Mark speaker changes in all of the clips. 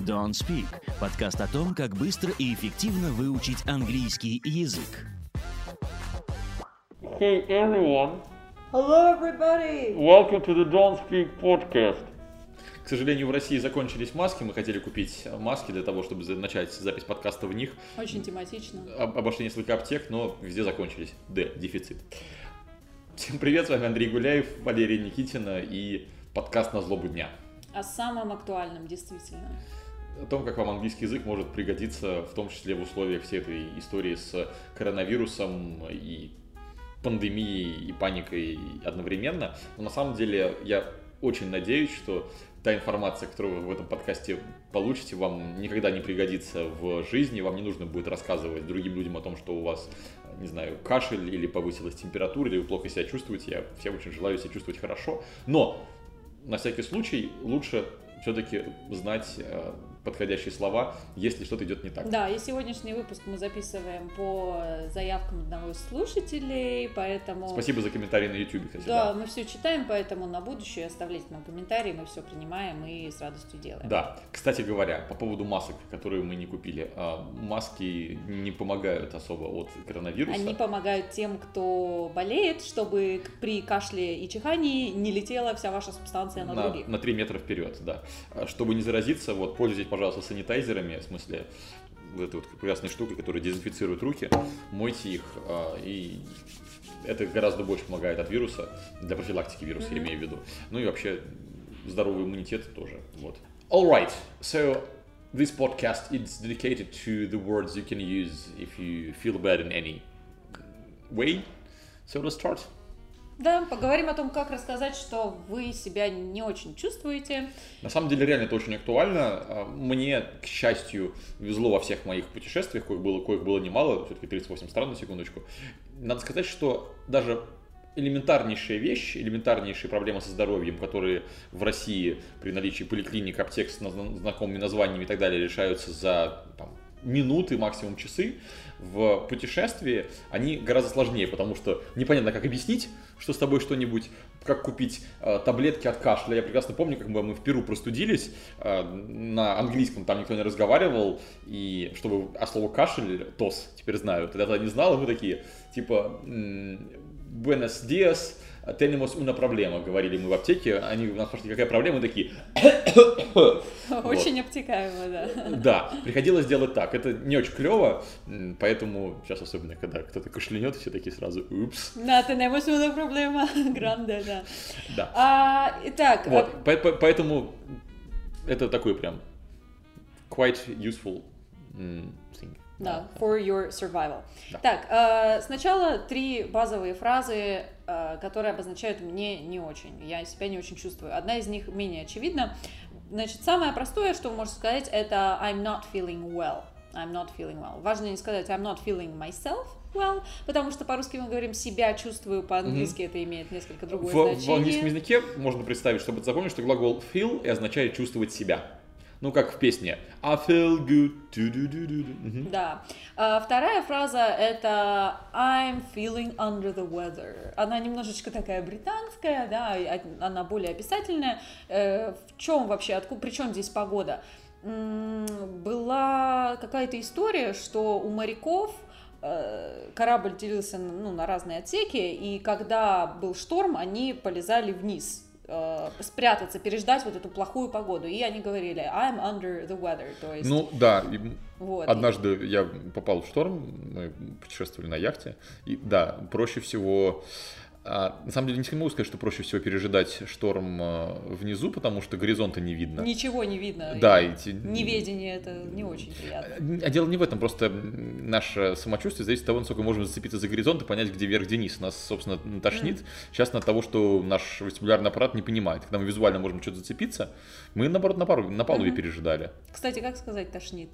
Speaker 1: Don't Speak – подкаст о том, как быстро и эффективно выучить английский язык.
Speaker 2: Hey everyone,
Speaker 3: Hello, everybody!
Speaker 2: welcome to the Don't Speak podcast.
Speaker 4: К сожалению, в России закончились маски, мы хотели купить маски для того, чтобы за- начать запись подкаста в них.
Speaker 5: Очень тематично.
Speaker 4: Об- Обошли несколько аптек, но везде закончились. Д, дефицит. Всем привет, с вами Андрей Гуляев, Валерия Никитина и подкаст «На злобу дня».
Speaker 5: О самом актуальном, действительно.
Speaker 4: О том, как вам английский язык может пригодиться, в том числе в условиях всей этой истории с коронавирусом и пандемией и паникой одновременно. Но на самом деле я очень надеюсь, что та информация, которую вы в этом подкасте получите, вам никогда не пригодится в жизни, вам не нужно будет рассказывать другим людям о том, что у вас, не знаю, кашель или повысилась температура, или вы плохо себя чувствуете. Я всем очень желаю себя чувствовать хорошо. Но на всякий случай лучше все-таки знать э, подходящие слова, если что-то идет не так.
Speaker 5: Да, и сегодняшний выпуск мы записываем по э, заявкам одного из слушателей, поэтому...
Speaker 4: Спасибо за комментарии на YouTube, кстати.
Speaker 5: Да, мы все читаем, поэтому на будущее оставляйте нам комментарии, мы все принимаем и с радостью делаем.
Speaker 4: Да, кстати говоря, по поводу масок, которые мы не купили, а, маски не помогают особо от коронавируса.
Speaker 5: Они помогают тем, кто болеет, чтобы к- при кашле и чихании не летела вся ваша субстанция на,
Speaker 4: на,
Speaker 5: других.
Speaker 4: на 3 метра вперед, да. А, Чтобы не заразиться, вот, пользуйтесь, пожалуйста, санитайзерами, в смысле, вот этой вот прекрасной штукой, которая дезинфицирует руки, мойте их, а, и это гораздо больше помогает от вируса, для профилактики вируса, я
Speaker 5: Мгм.
Speaker 4: имею в виду. Ну и вообще здоровый иммунитет тоже, вот. All right, so this podcast is dedicated to the words you can use if you feel bad in any way. So let's start.
Speaker 5: Да, поговорим о том, как рассказать, что вы себя не очень чувствуете.
Speaker 4: На самом деле, реально это очень актуально. А, Мне, к счастью, везло во всех моих путешествиях, коих было, коих было немало, все-таки 38 стран, на секундочку. Надо сказать, что даже элементарнейшие вещи, элементарнейшие проблемы со здоровьем, которые в России при наличии поликлиник, аптек с наз- знакомыми названиями и так далее решаются за там, минуты, максимум часы, в путешествии они гораздо сложнее, потому что непонятно, как объяснить, что с тобой что-нибудь, как купить э, таблетки от кашля. Я прекрасно помню, как мы, мы в Перу простудились, э, на английском там никто не разговаривал, и чтобы, а слово кашель, тос, теперь знаю, тогда я не знал, и мы такие, типа, м, buenos dias, tenemos una проблема, говорили мы в аптеке, они у нас спрашивали, какая проблема, мы такие,
Speaker 5: Очень обтекаемо, да.
Speaker 4: да, приходилось делать так. Это не очень клево, м, поэтому сейчас особенно, когда кто-то кашлянет, все такие сразу упс.
Speaker 5: Да, tenemos una проблема grande, да.
Speaker 4: Да.
Speaker 5: А, итак,
Speaker 4: Вот,
Speaker 5: а-
Speaker 4: по- по- поэтому это такой прям quite useful м, thing.
Speaker 5: да, for your survival.
Speaker 4: Да.
Speaker 5: Так, а, сначала три базовые фразы, а, которые обозначают мне не очень. Я себя не очень чувствую. Одна из них менее очевидна. Значит, самое простое, что вы можете сказать, это I'm not feeling well. I'm not feeling well. Важно не сказать I'm not feeling myself well, потому что по-русски мы говорим себя чувствую, по-английски это имеет несколько другое
Speaker 4: В, в
Speaker 5: значение.
Speaker 4: английском языке можно представить, чтобы это запомнить, что глагол feel и означает чувствовать себя. Ну, как в песне I feel good. ту-ду-ду-ду-ду. Мгм.
Speaker 5: Да. А, Вторая фраза это I'm feeling under the weather. Она немножечко такая британская, да, и от- она более описательная. Э, В чем вообще, откуда, при чем здесь погода? М, Была какая-то история, что у моряков э, корабль делился ну, на разные отсеки, и когда был шторм, они полезали вниз э, спрятаться, переждать вот эту плохую погоду. И они говорили I'm under the weather, то есть
Speaker 4: Ну, да, и
Speaker 5: вот.
Speaker 4: Однажды я попал в шторм, мы путешествовали на яхте, и да, проще всего... а, на самом деле, не могу сказать, что проще всего пережидать шторм а, внизу, потому что горизонта не видно.
Speaker 5: Ничего не видно.
Speaker 4: да,
Speaker 5: И
Speaker 4: и те-
Speaker 5: Неведение это не очень приятно.
Speaker 4: А дело не в этом, просто наше самочувствие зависит от того, насколько мы можем зацепиться за горизонт и понять, где вверх, где низ. Нас, собственно, тошнит сейчас от того, что наш вестибулярный аппарат не понимает. Когда мы визуально можем что-то зацепиться, мы, наоборот, на, пару, на палубе
Speaker 5: Мгм.
Speaker 4: пережидали.
Speaker 5: Кстати, как сказать тошнит?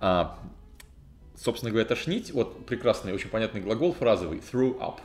Speaker 4: А, собственно говоря, тошнить, вот прекрасный, очень понятный глагол фразовый throw up.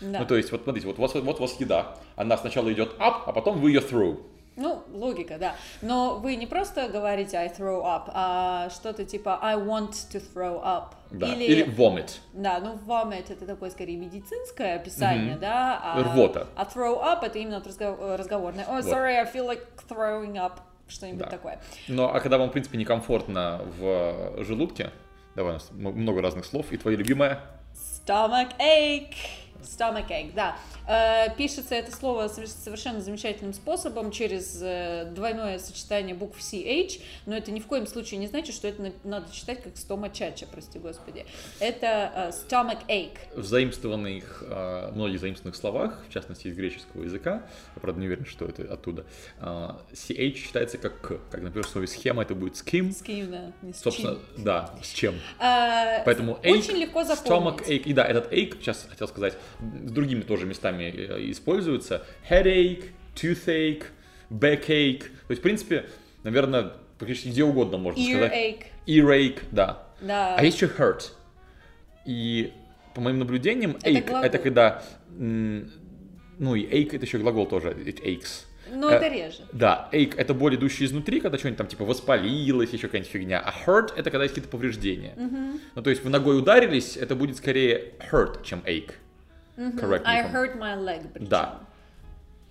Speaker 5: Да.
Speaker 4: Ну, то есть, вот смотрите, вот у, вас, вот у вас еда, она сначала идет up, а потом вы ее throw.
Speaker 5: Ну, логика, да. Но вы не просто говорите I throw up, а что-то типа I want to throw up.
Speaker 4: Да. Или... vomit.
Speaker 5: Да, ну vomit это такое скорее медицинское описание, да. А,
Speaker 4: Рвота.
Speaker 5: А throw up это именно вот разго- разговорное. Oh,
Speaker 4: Вот.
Speaker 5: sorry, I feel like throwing up. что-нибудь
Speaker 4: Да.
Speaker 5: такое.
Speaker 4: Но а когда вам, в принципе, некомфортно в э, желудке, давай, у нас м- много разных слов, и твое любимое,
Speaker 5: Stomach ache. Stomach ache, да. Э, пишется это слово сов- совершенно замечательным способом через э, двойное сочетание букв CH, но это ни в коем случае не значит, что это на- надо читать как стомачача, прости господи. Это э, stomach ache.
Speaker 4: в заимствованных, э, многих заимствованных словах, в частности, из греческого языка, я, правда, не уверен, что это оттуда, э, CH считается как «к», как, например, в слове «схема» это будет «scheme»,
Speaker 5: С кем, да, не с
Speaker 4: собственно,
Speaker 5: чем.
Speaker 4: да, с чем.
Speaker 5: Э,
Speaker 4: Поэтому ache,
Speaker 5: Очень легко запомнить.
Speaker 4: stomach ache, и да, этот ache, сейчас хотел сказать, с другими тоже местами э, используется, headache, toothache, backache, то есть, в принципе, наверное, практически где угодно можно
Speaker 5: Ear
Speaker 4: сказать.
Speaker 5: ache.
Speaker 4: Earache, да.
Speaker 5: Да.
Speaker 4: А есть еще hurt. И по моим наблюдениям,
Speaker 5: Это
Speaker 4: ache
Speaker 5: глагол.
Speaker 4: это когда. м, Ну и ache это еще глагол тоже, it aches.
Speaker 5: Но
Speaker 4: э,
Speaker 5: это реже.
Speaker 4: Да, ache это боль, идущая изнутри, когда что-нибудь там типа воспалилось, еще какая-нибудь фигня. А hurt это когда есть какие-то повреждения. Ну то есть вы ногой ударились, это будет скорее hurt, чем ache. Correct me
Speaker 5: I
Speaker 4: if I'm-
Speaker 5: hurt my leg. причем.
Speaker 4: Ну, Да.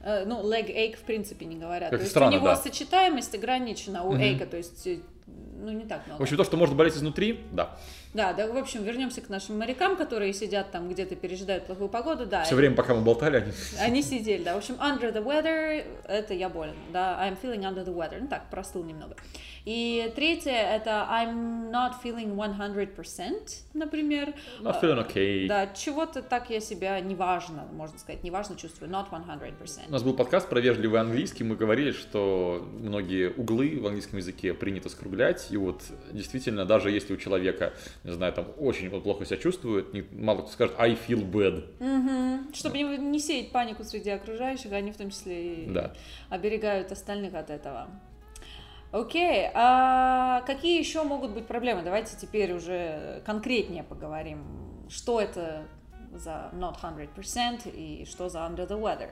Speaker 5: Э, Ну, leg ache в принципе не говорят.
Speaker 4: Как-то
Speaker 5: то есть
Speaker 4: странно,
Speaker 5: у него
Speaker 4: да.
Speaker 5: сочетаемость ограничена у эйка, то есть э, ну не так много.
Speaker 4: В общем, то, что может болеть изнутри, да.
Speaker 5: Да, да, в общем, вернемся к нашим морякам, которые сидят там где-то пережидают плохую погоду, да.
Speaker 4: Все время, пока мы болтали, они
Speaker 5: Они сидели, да. В общем, under the weather – это я болен, да. I'm feeling under the weather. Ну так, простыл немного. И третье – это I'm not feeling 100%, например. Э,
Speaker 4: I'm feeling okay.
Speaker 5: Да, чего-то так я себя неважно, можно сказать, неважно чувствую, not 100%.
Speaker 4: У нас был подкаст про вежливый английский. Мы говорили, что многие углы в английском языке принято скруглять. И вот действительно, даже если у человека, не знаю, там очень вот плохо себя чувствует, не- мало кто скажет I feel bad.
Speaker 5: Мгм. Чтобы не, не сеять панику среди окружающих, они в том числе и
Speaker 4: Да.
Speaker 5: оберегают остальных от этого. Окей, а какие еще могут быть проблемы? Давайте теперь уже конкретнее поговорим. Что это за not 100% и что за under the weather?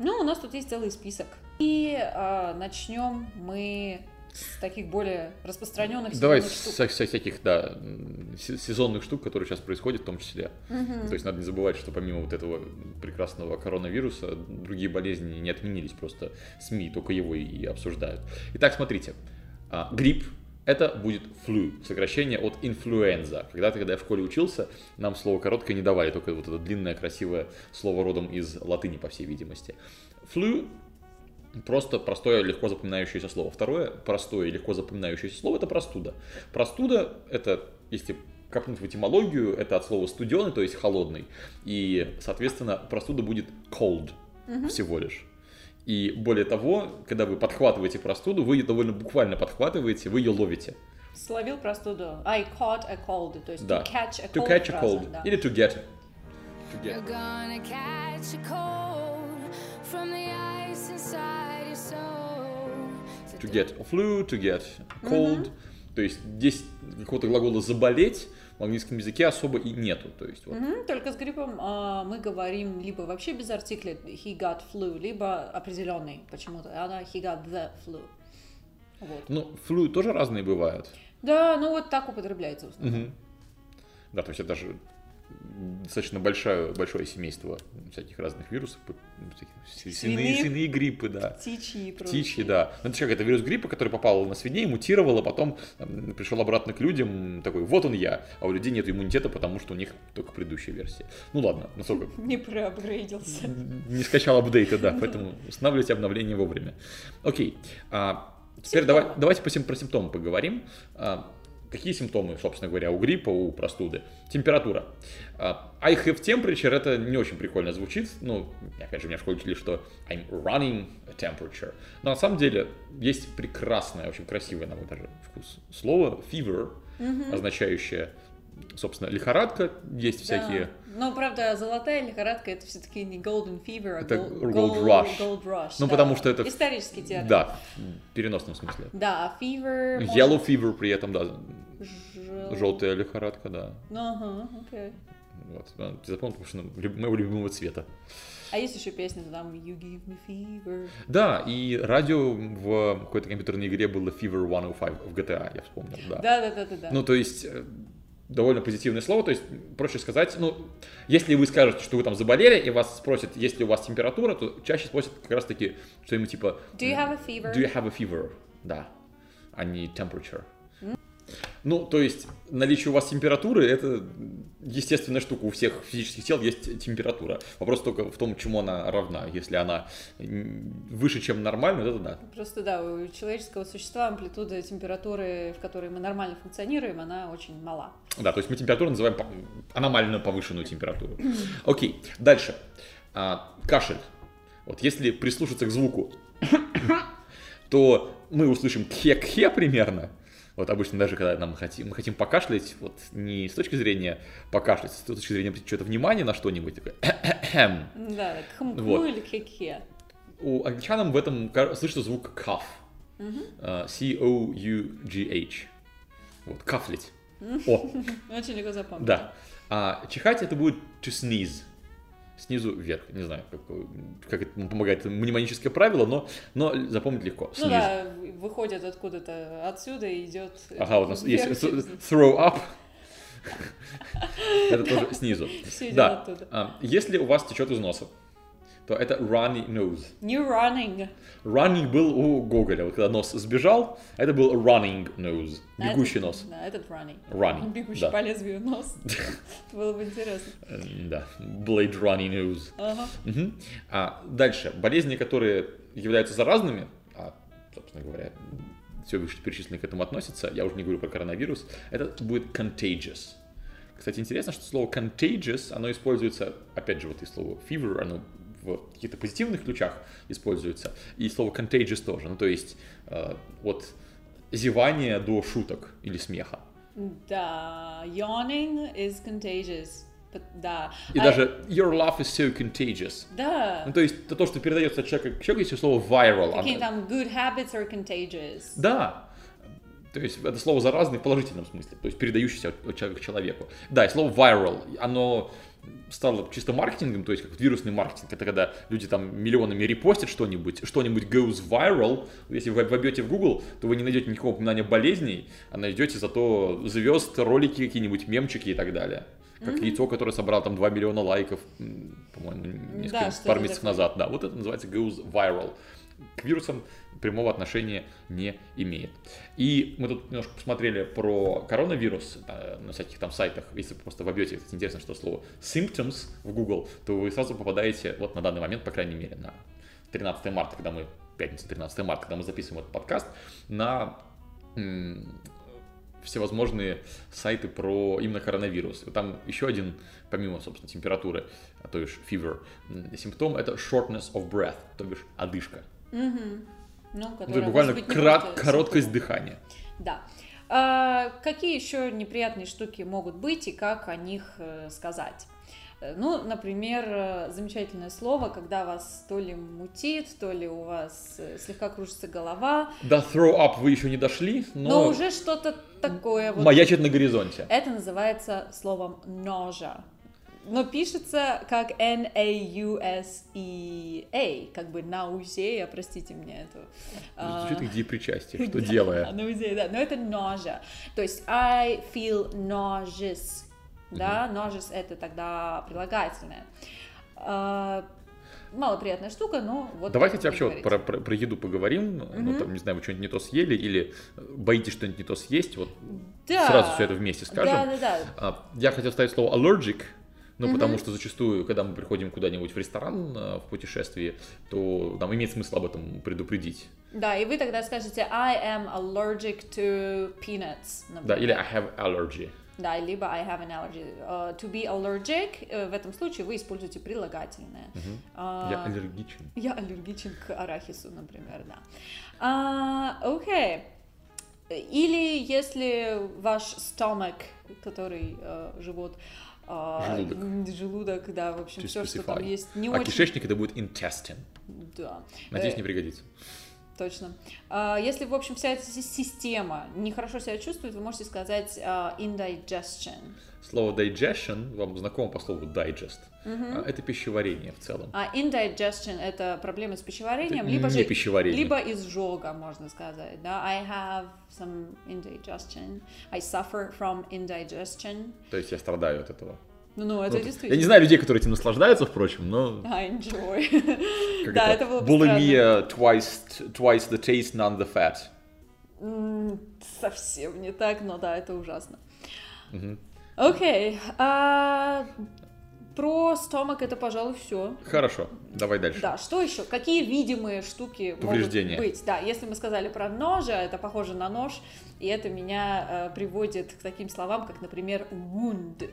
Speaker 5: Ну, у нас тут есть целый список. И а, начнем мы с таких более распространенных
Speaker 4: Давай
Speaker 5: сегодня штук.
Speaker 4: с со- со всяких, да, м, се- сезонных штук, которые сейчас происходят, в том числе. То есть надо не забывать, что помимо вот этого прекрасного коронавируса, другие болезни не отменились, просто СМИ только его и- и обсуждают. Итак, смотрите, а, грипп это будет флю, сокращение от инфлюенза. Когда-то, когда я в школе учился, нам слово короткое не давали, только вот это длинное, красивое слово родом из латыни, по всей видимости. Флю Просто простое, легко запоминающееся слово. Второе, простое, и легко запоминающееся слово – это простуда. Простуда – это, если копнуть в этимологию, это от слова студеный, то есть холодный. И, соответственно, простуда будет cold всего лишь. И более того, когда вы подхватываете простуду, вы ее довольно буквально подхватываете, вы ее ловите.
Speaker 5: Словил простуду. I caught a cold, то есть
Speaker 4: Да.
Speaker 5: to catch a
Speaker 4: To
Speaker 5: cold.
Speaker 4: catch a
Speaker 5: фраза,
Speaker 4: cold.
Speaker 5: да.
Speaker 4: Или to get. To
Speaker 6: You're
Speaker 4: get.
Speaker 6: gonna catch a cold from the ice inside your soul. So
Speaker 4: To
Speaker 6: don't
Speaker 4: get a flu, to get a cold. То есть здесь какого-то глагола «заболеть» в английском языке особо и нету. То есть вот
Speaker 5: Мгм, Только с гриппом а, мы говорим либо вообще без артикля he got flu, либо определенный почему-то. Она he got the flu. Вот.
Speaker 4: Ну, флю тоже разные бывают.
Speaker 5: Да, ну вот так употребляется. в основном.
Speaker 4: Да, то есть это же достаточно большое, большое семейство всяких разных вирусов. п- всяких с- Свиные,
Speaker 5: Свиные.
Speaker 4: свиные гриппы, да.
Speaker 5: Птичьи и прочие.
Speaker 4: Птичьи, да. Ну, это же как это вирус гриппа, который попал на свиней, мутировал, а потом м, пришел обратно к людям, такой, вот он я. А у людей нет иммунитета, потому что у них только предыдущая версия. Ну ладно, насколько
Speaker 5: Не проапгрейдился.
Speaker 4: не скачал апдейта, да, поэтому устанавливайте обновление вовремя. Окей, а, теперь
Speaker 5: Симптомы.
Speaker 4: давай- давайте по сим- про симптомы поговорим. А, какие симптомы, собственно говоря, у гриппа, у простуды? Температура. А, I have temperature, это не очень прикольно звучит, ну, опять же, меня в школе учили, что I'm running a temperature. Но на самом деле есть прекрасное, очень красивое, на мой даже вкус, слово fever, означающее, собственно, лихорадка, есть всякие...
Speaker 5: Да. Но правда, золотая лихорадка это все-таки не golden fever, а
Speaker 4: Это
Speaker 5: гол-
Speaker 4: gold
Speaker 5: гол-
Speaker 4: rush.
Speaker 5: gold rush,
Speaker 4: Ну,
Speaker 5: да.
Speaker 4: потому что это-
Speaker 5: Исторический термин.
Speaker 4: Да, в переносном смысле.
Speaker 5: Да, а fever... может-
Speaker 4: Yellow fever при этом, да.
Speaker 5: Жел-
Speaker 4: Желтая лихорадка, да.
Speaker 5: Ну, ага, окей.
Speaker 4: Вот. Ну, Ты запомнил, потому что она люб- моего любимого цвета.
Speaker 5: А есть еще песня, там You give me fever.
Speaker 4: Да, и радио в oh какой-то компьютерной игре было Fever 105 в GTA, я вспомнил, да.
Speaker 5: Да, да, да, да, да.
Speaker 4: Ну, то есть, э, довольно позитивное слово, то есть проще сказать, ну, если вы скажете, что вы там заболели, и вас спросят, есть ли у вас температура, то чаще спросят как раз таки что-нибудь типа
Speaker 5: Do you
Speaker 4: м,
Speaker 5: have a fever?
Speaker 4: Do you have a fever? Да, а не temperature. Ну, то есть наличие у вас температуры – это естественная штука. У всех физических тел есть температура. Вопрос только в том, чему она равна. Если она м, выше, чем нормально, это да.
Speaker 5: Просто да, у человеческого существа амплитуда температуры, в которой мы нормально функционируем, она очень мала.
Speaker 4: Да, то есть мы температуру называем по- аномально повышенную температуру. Окей, дальше. А, кашель. Вот если прислушаться к звуку, то мы услышим кхе-кхе примерно. Вот обычно даже когда нам хотим, мы хотим покашлять, вот не с точки зрения покашлять, с точки зрения что-то внимания на что-нибудь. такое «кхе-кхе-кхем».
Speaker 5: Да, так хм,
Speaker 4: Вот.
Speaker 5: ну или хе-хе.
Speaker 4: У англичан в этом ка- слышится звук каф. А, C-O-U-G-H. Вот, кафлить. О,
Speaker 5: Ну, Очень легко запомнить.
Speaker 4: Да. А чихать это будет to sneeze. Снизу вверх. Не знаю, как, как это помогает. Это мнемоническое правило, но, но запомнить легко.
Speaker 5: Ну
Speaker 4: Sneeze.
Speaker 5: да, выходит откуда-то отсюда и идет.
Speaker 4: Ага, вот у нас есть
Speaker 5: вверх через-
Speaker 4: throw up. Это тоже снизу.
Speaker 5: Всё идет
Speaker 4: Да.
Speaker 5: оттуда.
Speaker 4: А, Если у вас течет из носа, то это runny nose.
Speaker 5: New running.
Speaker 4: Running был у Гоголя. Вот когда нос сбежал, это был running nose.
Speaker 5: А
Speaker 4: Бегущий
Speaker 5: этот-
Speaker 4: нос.
Speaker 5: Да, этот running.
Speaker 4: Running,
Speaker 5: Бегущий
Speaker 4: да.
Speaker 5: по лезвию нос. Было бы интересно.
Speaker 4: Э, Да. Blade runny nose.
Speaker 5: Ага.
Speaker 4: Мгм. А, дальше. Болезни, которые являются заразными, а, собственно говоря, все вышеперечисленное к этому относится, я уже не говорю про коронавирус, это будет contagious. Кстати, интересно, что слово contagious, оно используется, опять же, вот и слово fever, оно в каких-то позитивных ключах используется, и слово contagious тоже, ну то есть э, от зевания до шуток или смеха.
Speaker 5: Да, yawning is contagious. П- Да.
Speaker 4: И
Speaker 5: А-
Speaker 4: даже your laugh is so contagious.
Speaker 5: Да.
Speaker 4: Ну, то есть то, что передается от человека к человеку, если слово viral.
Speaker 5: Какие
Speaker 4: оно-
Speaker 5: там good habits are contagious.
Speaker 4: Да. То есть это слово заразный в положительном смысле, то есть передающийся от от человека к человеку. Да, и слово viral, оно стало чисто маркетингом, то есть как вирусный маркетинг. Это когда люди там миллионами репостят что-нибудь, что-нибудь goes viral. Если вы вобьете в Google, то вы не найдете никакого упоминания болезней, а найдете зато звезд, ролики какие-нибудь, мемчики и так далее. Как яйцо, которое собрало там 2 миллиона лайков, м, по-моему, несколько,
Speaker 5: что-то
Speaker 4: пару месяцев
Speaker 5: такое.
Speaker 4: назад. Да, вот это называется goes viral к вирусам прямого отношения не имеет. И мы тут немножко посмотрели про коронавирус э, на всяких там сайтах. Если вы просто вобьете, кстати, интересно, что слово symptoms в Google, то вы сразу попадаете, вот на данный момент, по крайней мере, на 13 марта, когда мы, пятница 13 марта, когда мы записываем этот подкаст, на м, всевозможные сайты про именно коронавирус. И Там еще один, помимо, собственно, температуры, а то бишь fever, м, симптом, это shortness of breath, то бишь одышка.
Speaker 5: Ну,
Speaker 4: Ну, то есть
Speaker 5: которая,
Speaker 4: буквально
Speaker 5: может быть, не
Speaker 4: крат-
Speaker 5: просто
Speaker 4: короткость
Speaker 5: симптом.
Speaker 4: дыхания.
Speaker 5: Да. А, какие еще неприятные штуки могут быть и как о них э, сказать? Э, Ну, например, э, замечательное слово, когда вас то ли мутит, то ли у вас э, слегка кружится голова,
Speaker 4: До throw up вы еще не дошли, но,
Speaker 5: но, уже что-то такое. вот.
Speaker 4: маячит на горизонте.
Speaker 5: Это называется словом ножа. Но пишется как N-A-U-S-E-A, как бы наузея, простите мне эту. а,
Speaker 4: Звучит как депричастие, что делая.
Speaker 5: ну, идея, да. Но это ножа. То есть I feel nauseous. Да, nauseous это тогда прилагательное. А, малоприятная штука, но вот...
Speaker 4: Давай
Speaker 5: так
Speaker 4: хотя бы
Speaker 5: не
Speaker 4: вообще вот
Speaker 5: говорить.
Speaker 4: про, про- про еду поговорим. Ну, там, не знаю, вы что-нибудь не то съели или боитесь что-нибудь не то съесть. Вот
Speaker 5: Да.
Speaker 4: сразу все это вместе скажем.
Speaker 5: Да, да, да.
Speaker 4: А, Я хотел вставить слово allergic, ну, потому что зачастую, когда мы приходим куда-нибудь в ресторан а, в путешествии, то нам имеет смысл об этом предупредить.
Speaker 5: Да, и вы тогда скажете I am allergic to peanuts. например.
Speaker 4: Да, или I have allergy.
Speaker 5: Да, либо I have an allergy. Э, to be allergic, э, в этом случае вы используете прилагательное. А,
Speaker 4: Я аллергичен.
Speaker 5: Я аллергичен к арахису, например, да. А, Окей. Или если ваш stomach, который э, живот, а,
Speaker 4: Желудок.
Speaker 5: м, желудок, да, в общем, все, что там
Speaker 4: Specify.
Speaker 5: есть, не
Speaker 4: а
Speaker 5: очень.
Speaker 4: кишечник это будет intestine.
Speaker 5: Да.
Speaker 4: Надеюсь,
Speaker 5: Э,
Speaker 4: не пригодится.
Speaker 5: точно. А, Если, в общем, вся эта си- система нехорошо себя чувствует, вы можете сказать а, indigestion.
Speaker 4: Слово digestion вам знакомо по слову digest. А, Это пищеварение в целом.
Speaker 5: А indigestion – это проблемы с пищеварением,
Speaker 4: Это
Speaker 5: либо
Speaker 4: не
Speaker 5: же
Speaker 4: пищеварение.
Speaker 5: либо изжога, можно сказать. Да? I have some indigestion. I suffer from indigestion.
Speaker 4: То есть я страдаю от этого.
Speaker 5: Ну, ну это
Speaker 4: Ну,
Speaker 5: действительно.
Speaker 4: я не знаю людей, которые этим наслаждаются, впрочем, но...
Speaker 5: I enjoy.
Speaker 4: как
Speaker 5: да,
Speaker 4: это?
Speaker 5: это было бы
Speaker 4: Булимия twice, twice the taste, none the fat.
Speaker 5: странно. М, Совсем не так, но да, это ужасно. Окей. а, Про стомак это, пожалуй, все.
Speaker 4: Хорошо, давай дальше.
Speaker 5: Да, что еще? Какие видимые штуки
Speaker 4: Повреждения.
Speaker 5: могут быть? Да, если мы сказали про ножа, это похоже на нож, и это меня э, приводит к таким словам, как, например, wound.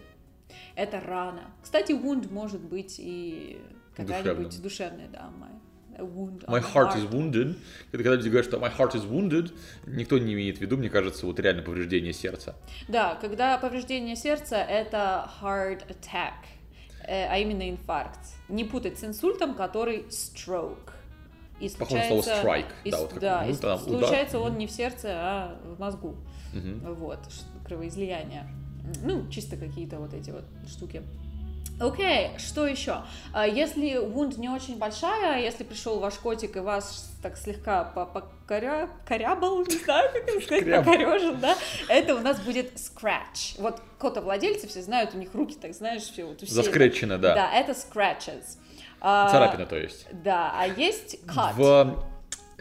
Speaker 5: Это рана. Кстати, wound может быть и какая-нибудь душевная, да. My, wound on
Speaker 4: My
Speaker 5: the
Speaker 4: heart is wounded. Это когда люди говорят, что my heart is wounded, никто не имеет в виду, мне кажется, вот реально повреждение сердца.
Speaker 5: Да, когда повреждение сердца это heart attack, э, а именно инфаркт. Не путать с инсультом, который stroke. И
Speaker 4: Похоже на слово
Speaker 5: случается-
Speaker 4: strike,
Speaker 5: и
Speaker 4: да,
Speaker 5: с-
Speaker 4: вот как
Speaker 5: да,
Speaker 4: ну,
Speaker 5: и с-
Speaker 4: там удар.
Speaker 5: случается он не в сердце, а в мозгу. Вот, ш- кровоизлияние. Ну, чисто какие-то вот эти вот штуки. Окей, что еще? А Если вунд не очень большая, если пришел ваш котик и вас так слегка по- покоря... корябал, не знаю, как это сказать,
Speaker 4: Шкрябал.
Speaker 5: покорежил, да, это у нас будет scratch. Вот котовладельцы все знают, у них руки так, знаешь, все вот усеяны.
Speaker 4: Заскречено, да.
Speaker 5: Да, это scratches. А,
Speaker 4: Царапина, то есть.
Speaker 5: Да, а есть cut.
Speaker 4: В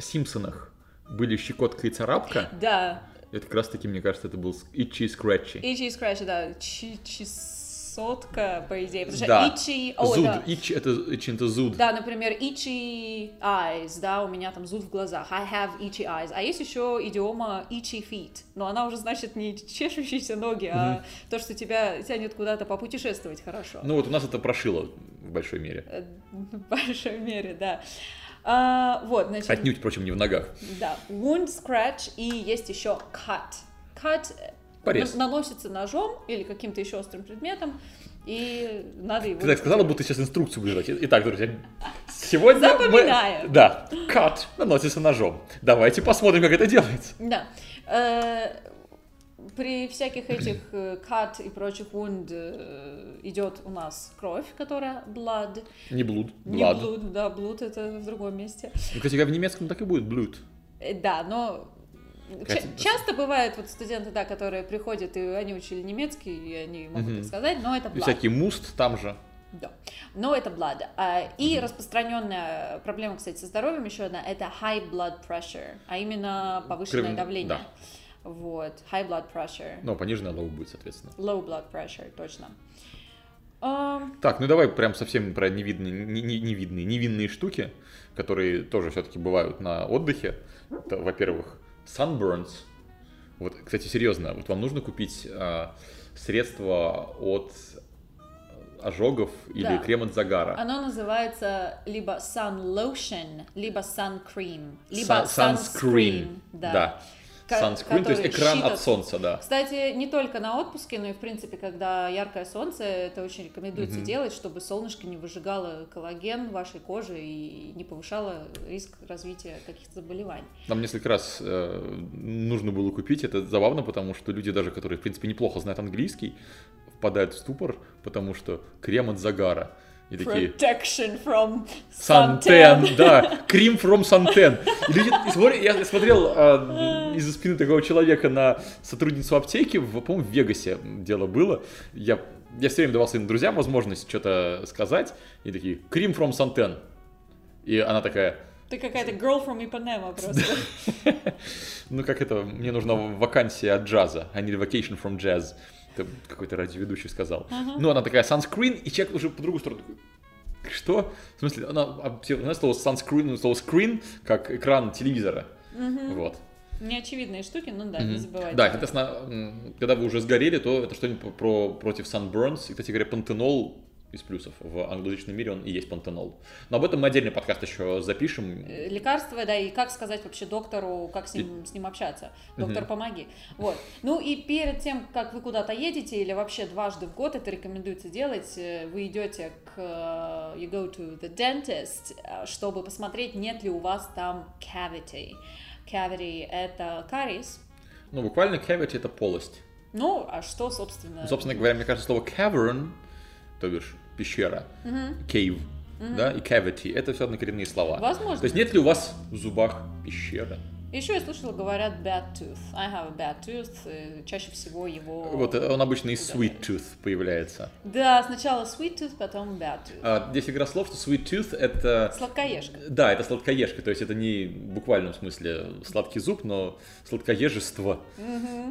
Speaker 4: Симпсонах были щекотка и царапка.
Speaker 5: Да,
Speaker 4: Это как раз таки, мне кажется, это был Itchy и Scratchy.
Speaker 5: itchy scratch, да, чи- чесотка, по идее, потому что
Speaker 4: Да.
Speaker 5: itchy... о,
Speaker 4: зуд.
Speaker 5: да.
Speaker 4: Itch это, itch это зуд.
Speaker 5: Да, например, itchy eyes, да, у меня там зуд в глазах, I have itchy eyes. А есть еще идиома itchy feet, но она уже значит не чешущиеся ноги, а то, что тебя тянет куда-то попутешествовать хорошо.
Speaker 4: Ну вот у нас это прошило в большой мере.
Speaker 5: Э, В большой мере, да. А, вот, значит,
Speaker 4: Отнюдь, впрочем, не в ногах.
Speaker 5: да, wound, scratch и есть еще cut. Cut э,
Speaker 4: Порез.
Speaker 5: на- наносится ножом или каким-то еще острым предметом, и надо его...
Speaker 4: Ты так сказала, будто сейчас инструкцию будешь давать. Итак, друзья, сегодня мы-
Speaker 5: Запоминаем.
Speaker 4: Да, cut наносится ножом. Давайте посмотрим, как это делается.
Speaker 5: Да. Э, При всяких этих э, cut и прочих wound э, идет у нас кровь, которая blood.
Speaker 4: Не блуд,
Speaker 5: Не
Speaker 4: blood.
Speaker 5: blood, да, blood это в другом месте.
Speaker 4: Ну, кстати, в немецком так и будет блюд.
Speaker 5: Э, Да, но ча-
Speaker 4: Катя, да.
Speaker 5: часто бывают вот студенты, да, которые приходят и они учили немецкий, и они могут
Speaker 4: Мгм.
Speaker 5: так сказать, но это
Speaker 4: И
Speaker 5: blood.
Speaker 4: всякий муст там же.
Speaker 5: Да. Но это blood. А, И распространенная проблема, кстати, со здоровьем еще одна, это high blood pressure, а именно повышенное
Speaker 4: Кровяное,
Speaker 5: давление.
Speaker 4: да.
Speaker 5: Вот, high blood pressure.
Speaker 4: Ну, пониженная лоу будет, соответственно.
Speaker 5: Low blood pressure, точно. Ам,
Speaker 4: Так, ну давай прям совсем про невидные, не- не- невидные, невинные штуки, которые тоже все-таки бывают на отдыхе. Это, во-первых, sunburns. Вот, кстати, серьезно, вот вам нужно купить а, средство от ожогов или
Speaker 5: Да.
Speaker 4: крем от загара.
Speaker 5: оно называется либо sun lotion, либо sun cream, либо
Speaker 4: Sun- sunscreen.
Speaker 5: Да.
Speaker 4: да.
Speaker 5: Ко-
Speaker 4: Sunscreen, то есть
Speaker 5: который
Speaker 4: экран
Speaker 5: щитит-
Speaker 4: от солнца, да.
Speaker 5: Кстати, не только на отпуске, но и в принципе, когда яркое солнце, это очень рекомендуется делать, чтобы солнышко не выжигало коллаген вашей кожи и не повышало риск развития каких-то заболеваний.
Speaker 4: Нам несколько раз э, нужно было купить. Это забавно, потому что люди, даже которые, в принципе, неплохо знают английский, впадают в ступор, потому что крем от загара. И такие...
Speaker 5: Protection from
Speaker 4: Сантен,
Speaker 5: suntan.
Speaker 4: да, крим from Сантен. И люди- и смотри, я смотрел а, из-за спины такого человека на сотрудницу аптеки, в, по-моему, в Вегасе дело было. Я, я все время давал своим друзьям возможность что-то сказать, и такие, крим from Сантен. И она такая,
Speaker 5: Ты какая-то girl from Ipanema просто.
Speaker 4: ну как это, мне нужна вакансия от джаза, а не vacation from jazz. Это какой-то радиоведущий сказал. Ну, она такая, sunscreen, и человек уже по другую сторону такой, что? В смысле, она, а, те- знаешь, слово sunscreen, ну, слово screen, как экран телевизора. Вот.
Speaker 5: Неочевидные штуки, ну да, не забывайте.
Speaker 4: Да, соответственно, м, когда вы уже сгорели, то это что-нибудь про, против sunburns. И, кстати говоря, пантенол из плюсов. В англоязычном мире он и есть пантенол. Но об этом мы отдельный подкаст еще запишем.
Speaker 5: Э, лекарства, да, и как сказать вообще доктору, как с ним, с ним общаться. Доктор, помоги. Вот. Ну и перед тем, как вы куда-то едете, или вообще дважды в год, это рекомендуется делать, э, вы идете к э, you go to the dentist, э, чтобы посмотреть, нет ли у вас там cavity. Cavity – это кариес.
Speaker 4: Ну, буквально cavity это полость.
Speaker 5: Ну, а что, собственно...
Speaker 4: Ну, собственно говоря, мне кажется, слово cavern, то бишь пещера, cave, да, и cavity, это все однокоренные слова.
Speaker 5: Возможно.
Speaker 4: То есть нет ли у вас в зубах пещера?
Speaker 5: Еще я слышала, говорят bad tooth. I have a bad tooth. э, Чаще всего его...
Speaker 4: Вот э, он обычно из sweet tooth появляется.
Speaker 5: Да, сначала sweet tooth, потом bad tooth.
Speaker 4: А, здесь игра слов, что sweet tooth это...
Speaker 5: Сладкоежка.
Speaker 4: Да, это сладкоежка, то есть это не в буквальном смысле сладкий зуб, но сладкоежество,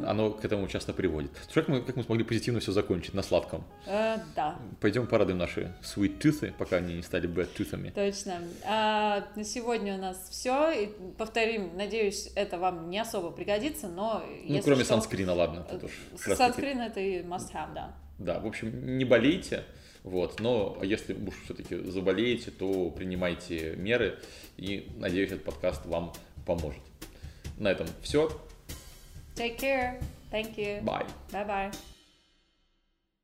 Speaker 4: оно к этому часто приводит. Слушай, как мы, как мы смогли позитивно все закончить на сладком?
Speaker 5: Э, да,
Speaker 4: Пойдем порадуем наши sweet tooth, пока они не стали bad tooth'ами.
Speaker 5: точно. А, на сегодня у нас все. И повторим, надеюсь, это вам не особо пригодится, но...
Speaker 4: Ну, кроме санскрина, ладно. тут уж как раз-таки-
Speaker 5: э, Санскрин это и must have, да.
Speaker 4: Да, в общем, не болейте, вот, но если уж все-таки заболеете, то принимайте меры, и, надеюсь, этот подкаст вам поможет. На этом все.
Speaker 5: Take care. Thank you.
Speaker 4: Bye.
Speaker 5: Bye-bye.